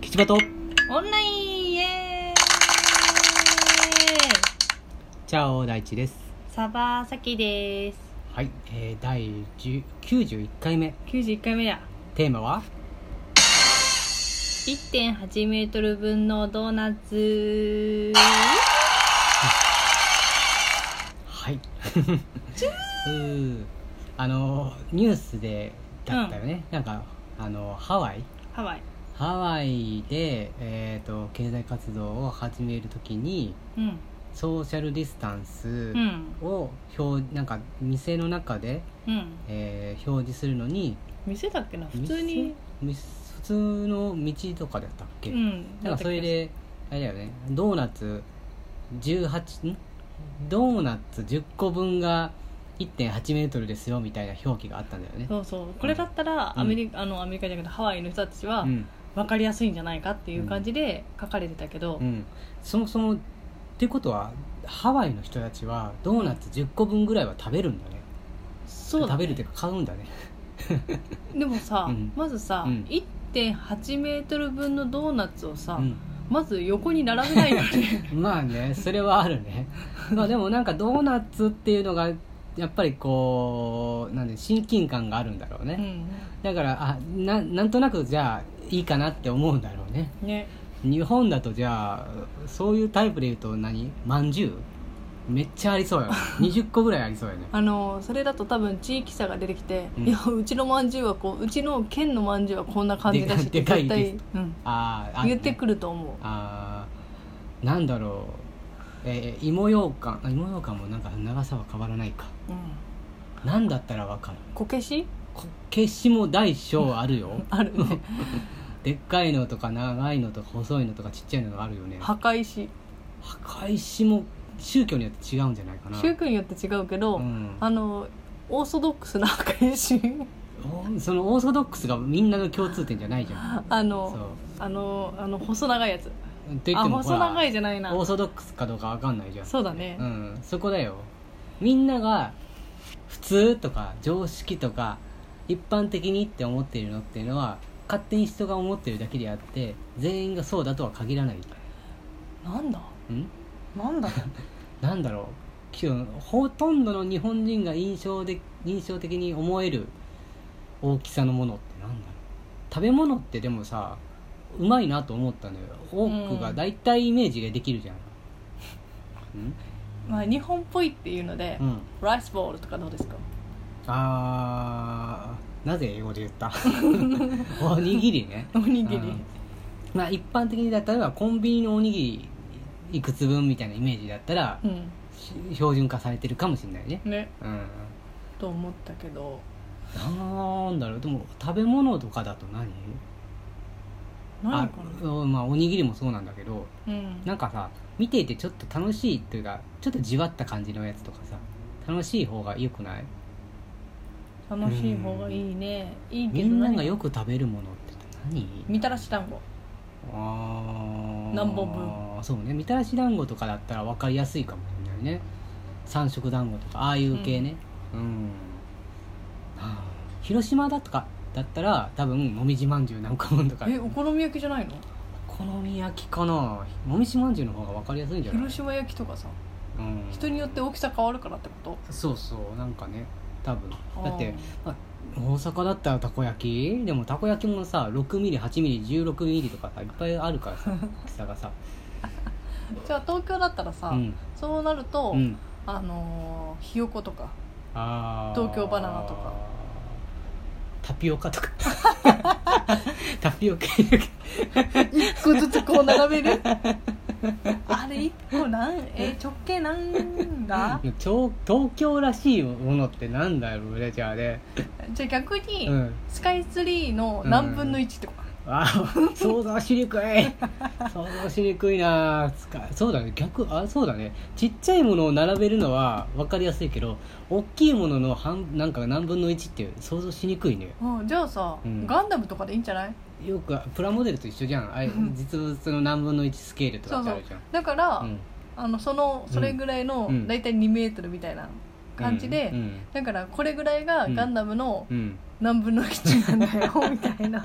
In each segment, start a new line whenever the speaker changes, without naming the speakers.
キバト
オンラインイエーイ
チャオ大地です
サバサキです
はい、えー、第10 91回目
91回目や
テーマは
1.8メートル分のドーナツ
はい うーあのニュースでだったよね、なんかあのハワイ
ハワイ
ハワイで、えー、と経済活動を始めるときに
うん
ソーシャルディスタンス
うん
を表なんか店の中で、
うん
えー表示するのに
店だっけな普通に
店普通の道とかだったっ
う
け、
ん
なんかそれであれだよねドーナツ18んドーナツ10個分が1.8メートルですよみたいな表記があったんだよね。
そうそうこれだったら
うん
アメリカ、あのアメリカじゃなくてハワイの人たちは
うん
分かりやすいんじゃないかっていう感じで書かれてたけど、
うん、そもそもってことはハワイの人たちはドーナツ10個分ぐらいは食べるんだね、
そうだ
食
ね
べるっていうか買うんだね
でもさ、
うん
まずさ、
うん
1.8メートル分のドーナツをさ、
うん
まず横に並べないよね
まあねそれはある ねまあでもなんかドーナツっていうのがやっぱりこうなんで親近感があるんだ ろうね、だからあななんとなくじゃあいいかなって思うんだろうね
うんね
日本だとじゃあそういうタイプで言うと何まんじゅうめっちゃありそう よね20個ぐらいありそうよね
あのそれだと多分地域差が出てきて、
うん
いやうちのまんじゅうはこううちの県のまんじゅうはこんな感じだしって
でかい
絶
でかい
対
で、
うん、
あーあ
言って
るね
くると思
あーなんだろう、えー、芋ようかんあ芋ようかんもなんか長さは変わらないか
う、うん、
なんだったらわかる
こけし
こけしも大小ある よ
あるね
でっかいのとか長いのとか細いのとかちっちゃいのがあるよね
破壊し
墓石も宗教によって違うんじゃないかな
宗教によって違うけど、
うん
あのオーソドックスな破壊し
おそのオーソドックスがみんなの共通点じゃないじゃん
あ
そう
のあのあの細長いやつ
と言っ
あ
てもほ
細
ら
長いじゃないな
オーソドックスかどうかわかんないじゃん
そうだね、
うん、そこだよみんなが普通とか常識とか一般的にって思っているのっていうのは勝手に人が思ってるだけであって全員がそうだとは限らない
なんだ
うん
なんだ
なんだろうきゅほとんどの日本人が印象で印象的に思える大きさのものってなんだろう食べ物ってでもさうまいなと思ったのよ多くが大体イメージができるじゃん、
まあ日本っぽいっていうので、
うんうん、
ライスボールとかどうですか
あーなぜ英語で言った おにぎりね
おにぎり
うんまあ一般的に例えばコンビニのおにぎりいくつ分みたいなイメージだったら
うん、
し標準化されてるかもしれないね
ね
うん
と思ったけど
なんだろうでも食べ物とかだと何
何か
あうんまあおにぎりもそうなんだけど
なうん
なんかさ見ていてちょっと楽しいというかちょっとじわった感じのやつとかさ楽しい方が良くない
楽しい方がいいねいいけ
み
ど
んな
何
がよく食べるものって何
みたらし団子
あー
何本分
そうねみたらし団子とかだったら分かりやすいかもしれないね三色団子とかああいう系ねうん、はあ広島だとかだったら多分もみじまんじゅう何個分とか
えお好み焼きじゃないの
お好み焼きかなもみじまんじゅうの方が分かりやすいんじゃない
広、島焼きとかさ
うん、
人によって大きさ変わるからってこ
そうそうなんかね多分
と
だって大阪だったらたこ焼きでもたこ焼きもさ6ミリ8ミリ16ミリとかさいっぱいある からさ大きさがさ
あーじゃあ東京だったらさ、
うん
そうなると、
うん
あのーひよことか
あー
東京バナナとか
タピオカとか タピオカ
1個ずつこう 並べるあれ1個なんえ直径なんだ
超東京らしいものってなんだろうねじゃあね、
じゃあ逆に、
うん、
スカイツリーの何分の1ってことか、
あ ー想像し にくい想像しにくいなつかそうだね逆あそうだねちっちゃいものを並べるのは分かりやすいけど大きいものの半なんか何分の1って想像しにくいね
うん、じゃあさ、
うん
ガンダムとかでいいんじゃない
よくプラモデルと一緒じゃんあれ
うん
実物の何分の1スケールとかってあるじゃん
だから、
うん
あのそのそれぐらいの
うん
大体2メートルみたいな感じ
う
で、
んうん
だからこれぐらいがガンダムの
うん
何分の1なんだよみたいな、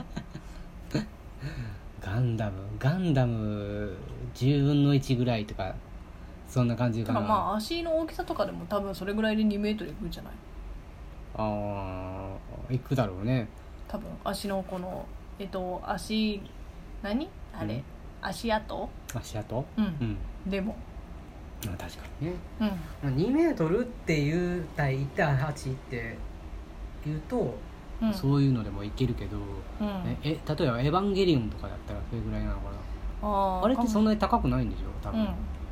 ガンダムガンダム10分の1ぐらいとかそんな感じ
だ
か
か
な
らまあ足の大きさとかでも多分それぐらいで2メートルいくんじゃない
あー行くだろうね
多分足のこのえっと足何あれ、
うん
足跡
足跡
うん、
うん
でも
まあ確かにね
うん
2メートルっていう対1対8って言うと、
うん
そういうのでもいけるけど、
うん
ええ例えば「エヴァンゲリオン」とかだったらそれぐらいなのかな
あー
あれってそんなに高くないんでしょ多
う
分、
ん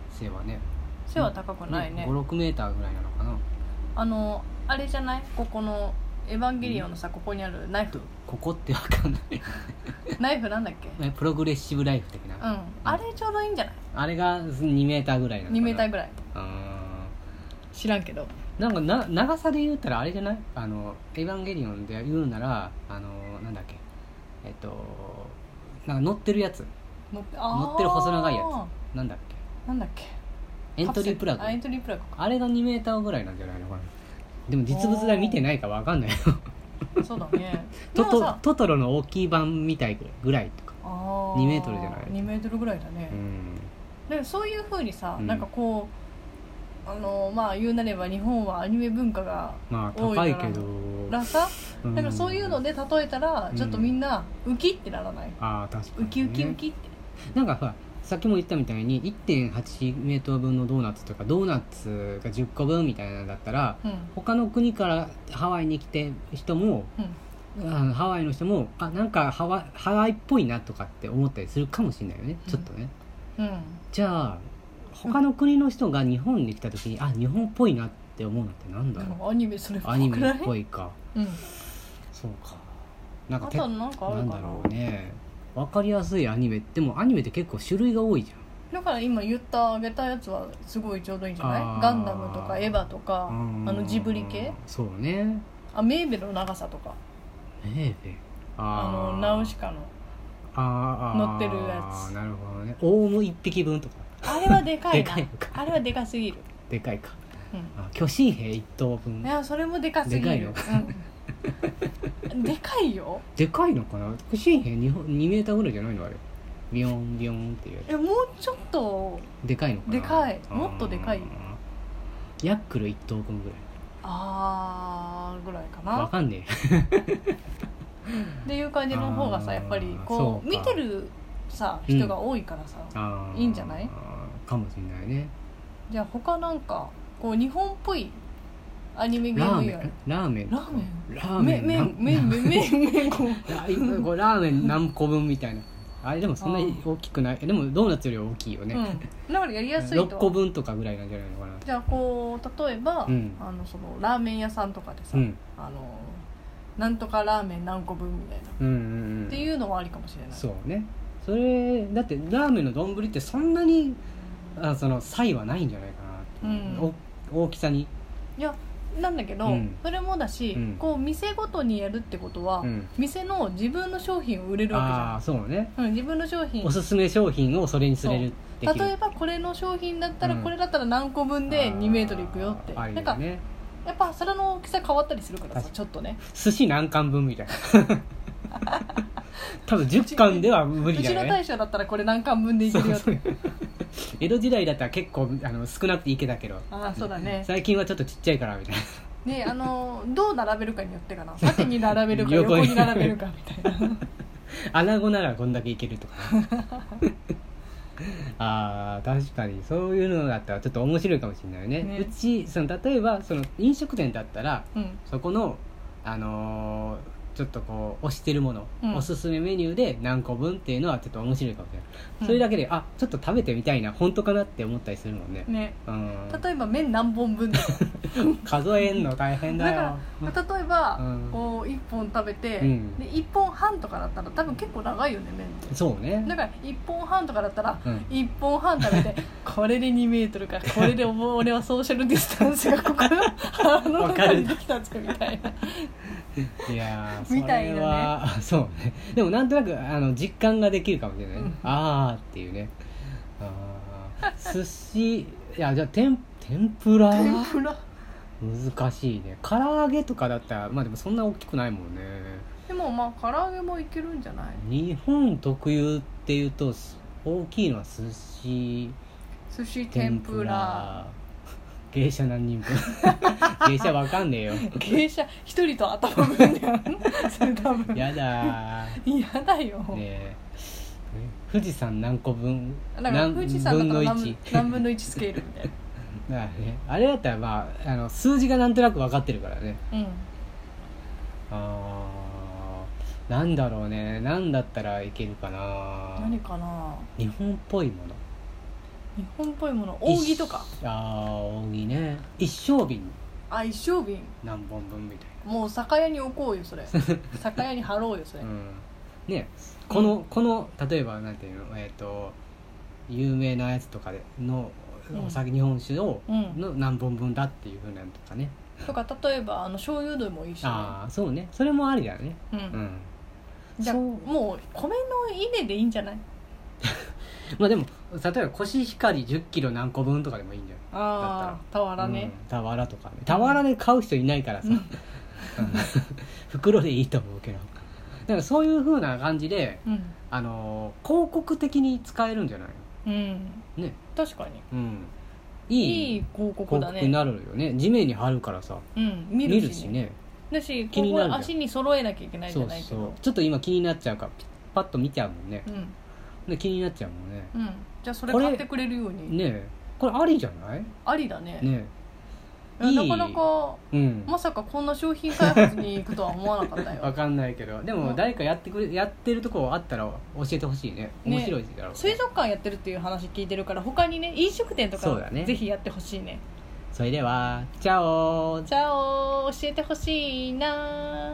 背はね
背は高くないね、
56メーターぐらいなのかな
あのあれじゃないここのエヴァンゲリオンのさここにあるナイフ
ここってわかんない
ナイフなんだっけうん
ねプログレッシブライフ的な、
あれちょうどいいんじゃない
あれが2メーターぐらいなのかな
2メーター
ぐ
ぐらい
らい
知らんけど
なんかな長さで言ったらあれじゃないあの「エヴァンゲリオン」で言うならあのなんだっけえっとなんか乗ってるやつ
乗って
乗ってる細長いやなんだっ
つなんだっけ
けエントリープラグ
カプセルあエントリープラグか
あれが2メーターぐらいなんじゃないのかなでも実物大見てないかわかんない
そうだ ねで
ト
も
ト
さ
トトロの大きい版みたいぐらいとか
2
2メートルじゃない
2メートルぐらいだね
う、ん
でそういうふうにさ、
うん
なんかこうあのまあ言うなれば日本はアニメ文化が
まあ
多
高
いから
いけど
らさ
うん
だからそういうので例えたら、ちょっとみんなウキってならない
ああ確かに、
ウ
ね、
キウキウキって、
なんかささっきも言ったみたいに1.8メートル分のドーナツとかドーナツが10個分みたいなのだったら
うん
他の国からハワイに来て人も
うん
あのハワイの人もあなんかハワイハワイっぽいなとかって思ったりするかもしれないよねちょっとね、
うん
じゃあ他の国の人が日本に来た時にあ日本っぽいなって思うのってなんだ
で
ろう
もアニメそれっぽく
ア
ない
ニメっ
い、
ぽいか
うん、
そうかなんか
あ
て
とはなんかあ
な
る
ん
か
だ
な
ろうね分かりやすいアニメでもアニメって結構種類が多いじゃん
だから今言ったあげたやつはすごいちょうどいいんじゃ
あ
な
ー
いガンダムとかエヴァとかあのジブリ系
そうね
あメーベルの長さとか
メーベ
あ
ー
のナウシカの
あーあー
乗ってるやつ
なるほどねオウム1匹分とか
あれはでか
で
いな
かいのか
あれはでかすぎる、
でかいか
う
あ巨神兵1頭分
ん、いやそれもでかすぎる
でかいの
うん、でかいよ
でかいのかな巨神兵 2, 2メーターぐらいじゃないのあれビヨンビヨンっていうや
えもうちょっと
つでかいのかな
でかい
あー
もっとでかい
ヤックル1頭分ぐらい
あーぐらいか
わ
な
かんね
っていう感じの方がさ
あー
やっぱりこ
そ
う
う
見
か
てるさ
うん
人が多いからさ、
えあー
いいんじゃない
かもしれないね
じゃあ他なんかこう日本っぽいアニメゲー
ラー
ム以
メ
外
ンラーメン
ラーメン
ラーメンなん
麺麺麺 麺麺こう
ラこうラーメン何個分みたいなあれでもそんなに大きくないでもドーナツよりは大きいよね、
うんだからやりやすい
6個
と
分とかぐらいなんじゃないのかな
じゃあこう例えば、
うん
あのそのラーメン屋さんとかでさ、
うん
あのなんとかラーメン何個分みたいな、
うんうんうん
っていうのはありかもしれない
そうねそれだってラーメンの丼ってそんなにあその差異はないんじゃないかな、
うん
お大きさに、
なんだけ
う
ど、
ん
それもだし、
うん
こう店ごとにやるってことは、
うん、
店の自分の商品を売れる
あ
わ
あそうね
けじゃん、うん、自分の商品
おすすめ商品をそれにすれるできる
例えばこれの商品だったら、
うん
これだったら何個分で2メートルいくよって
あーあ
なん
るよ
か
ね
やっぱ皿の大きさ変わったりするから
確
さ
か
ちょっとね
寿司何貫分みたいな 多分10貫では無
う
理じ
ち
ゃ
の
ない
大将だったらこれ何貫分でいけるよって
そうそう江戸時代だったら結構あの少なくていけたけど
ああそうだね
最近はちょっとちっちゃいからみたいな
ねあのどう並べるかによってかな縦に並べる か
横
横
に
に並べるかみ たいな
穴子ならこんだけいけるとか あー確かにそういうのだったらちょっと面白いかもしれないよね
ね
うちその例えばその飲食店だったら
うん
そこのあのーちょっとこう推してるもの、
うん
おすすめメニューで何個分っていうのはちょっと面白いかもしれない、
うん
それだけであちょっと食べてみたいな本当かなって思ったりするもんね、
ね
うん
例えば麺何本分とか
数えんの大変
だ
だよ
から例えば、
うん
こう1本食べて、
うん
で1本半とかだったら多分結構長いよね麺って
そうね
だから1本半とかだったら、
うん
一1本半食 べてこれで2メートルかこれでおぼ俺はソーシャルディスタンスがここの腹 の
わか
中
る
にできたんですかみたいない
やーそ
みたいなね
れは そうねでもなんとなくあの実感ができるかもしれない、
うん
ああっていうねあー寿司いやじゃあ天天ぷら
天ぷら
難しいね唐揚げとかだったらまあでもそんな大きくないもんね
でももまあ唐揚げもいけるんじゃない
日本特有っていうとす大きいのは寿司
寿司天
天
ぷ
ぷ
ら
ら 芸者何人分 芸者わかんねえよ
芸者一人と頭ぶんだよ それ多分
やだー
嫌だよ、
ねえ富士山何個分
だから
何
富士山だから
分の
何
1
分何分の1スケールみたい
だからねあれだったらまああの数字がなんとなく分かってるからね
なうん
あーなんだろうね何だったらいけるかな
何かな
日本っぽいもの
日本っぽいもの扇とか
一あー扇ね一升瓶
あ一升瓶
何本分みたい
もう酒屋に置こうよそれ 酒屋に貼ろうよそれ、
な、うん、ねこのこの例えばなんていうのえっ、と有名なやつとかでの
うん
お酒、日本酒を、
うん
の何本分だっていうふうなのとかね
とか例えばあの醤油でもいいし、ね
ああそうねそれもありだよね
うん
うん
じゃあ
そう
もう米の稲でいいんじゃない
まあでも例えばコシヒカリ1 0キロ何個分とかでもいいんじゃない
ああ俵ね、
うん俵とかね俵で買う人いないからさ、
うん
袋でいいと思うけどだからそういうふうな感じで
うん
あのー広告的に使えるんじゃない
うん
のね
確かに
うん
い
い
い
い
広告
広
だ
告
ね
になるよね地面に貼るからさ
うん、見
見る
る
し
し,、ね、
ね
だし
気
こ
に
こ
なるじゃん
足に揃えなきゃいけないじ
そ
ゃ
う
ないけ
そう
ど
ちょっと今気になっちゃうからピパッと見ちゃうもんね
う、ん
で気になっちゃうもんね
うん、じゃあそれ
これ
買ってくれるように
ねえこれありじゃない
ありだね
ね
いや
いい
なかなか
えうん
まさかこんな商品開発に行くとは思わなかった
わ
よ
かんないけどでも誰かやってくれやってるとこあったら教えてほしいね
ね
面白いだろうね
水族館やってるっていう話聞いてるから他にね飲食店と
そう
か
だね
ぜひやってほしいね
それではチャオ
じゃあ教えてほしいな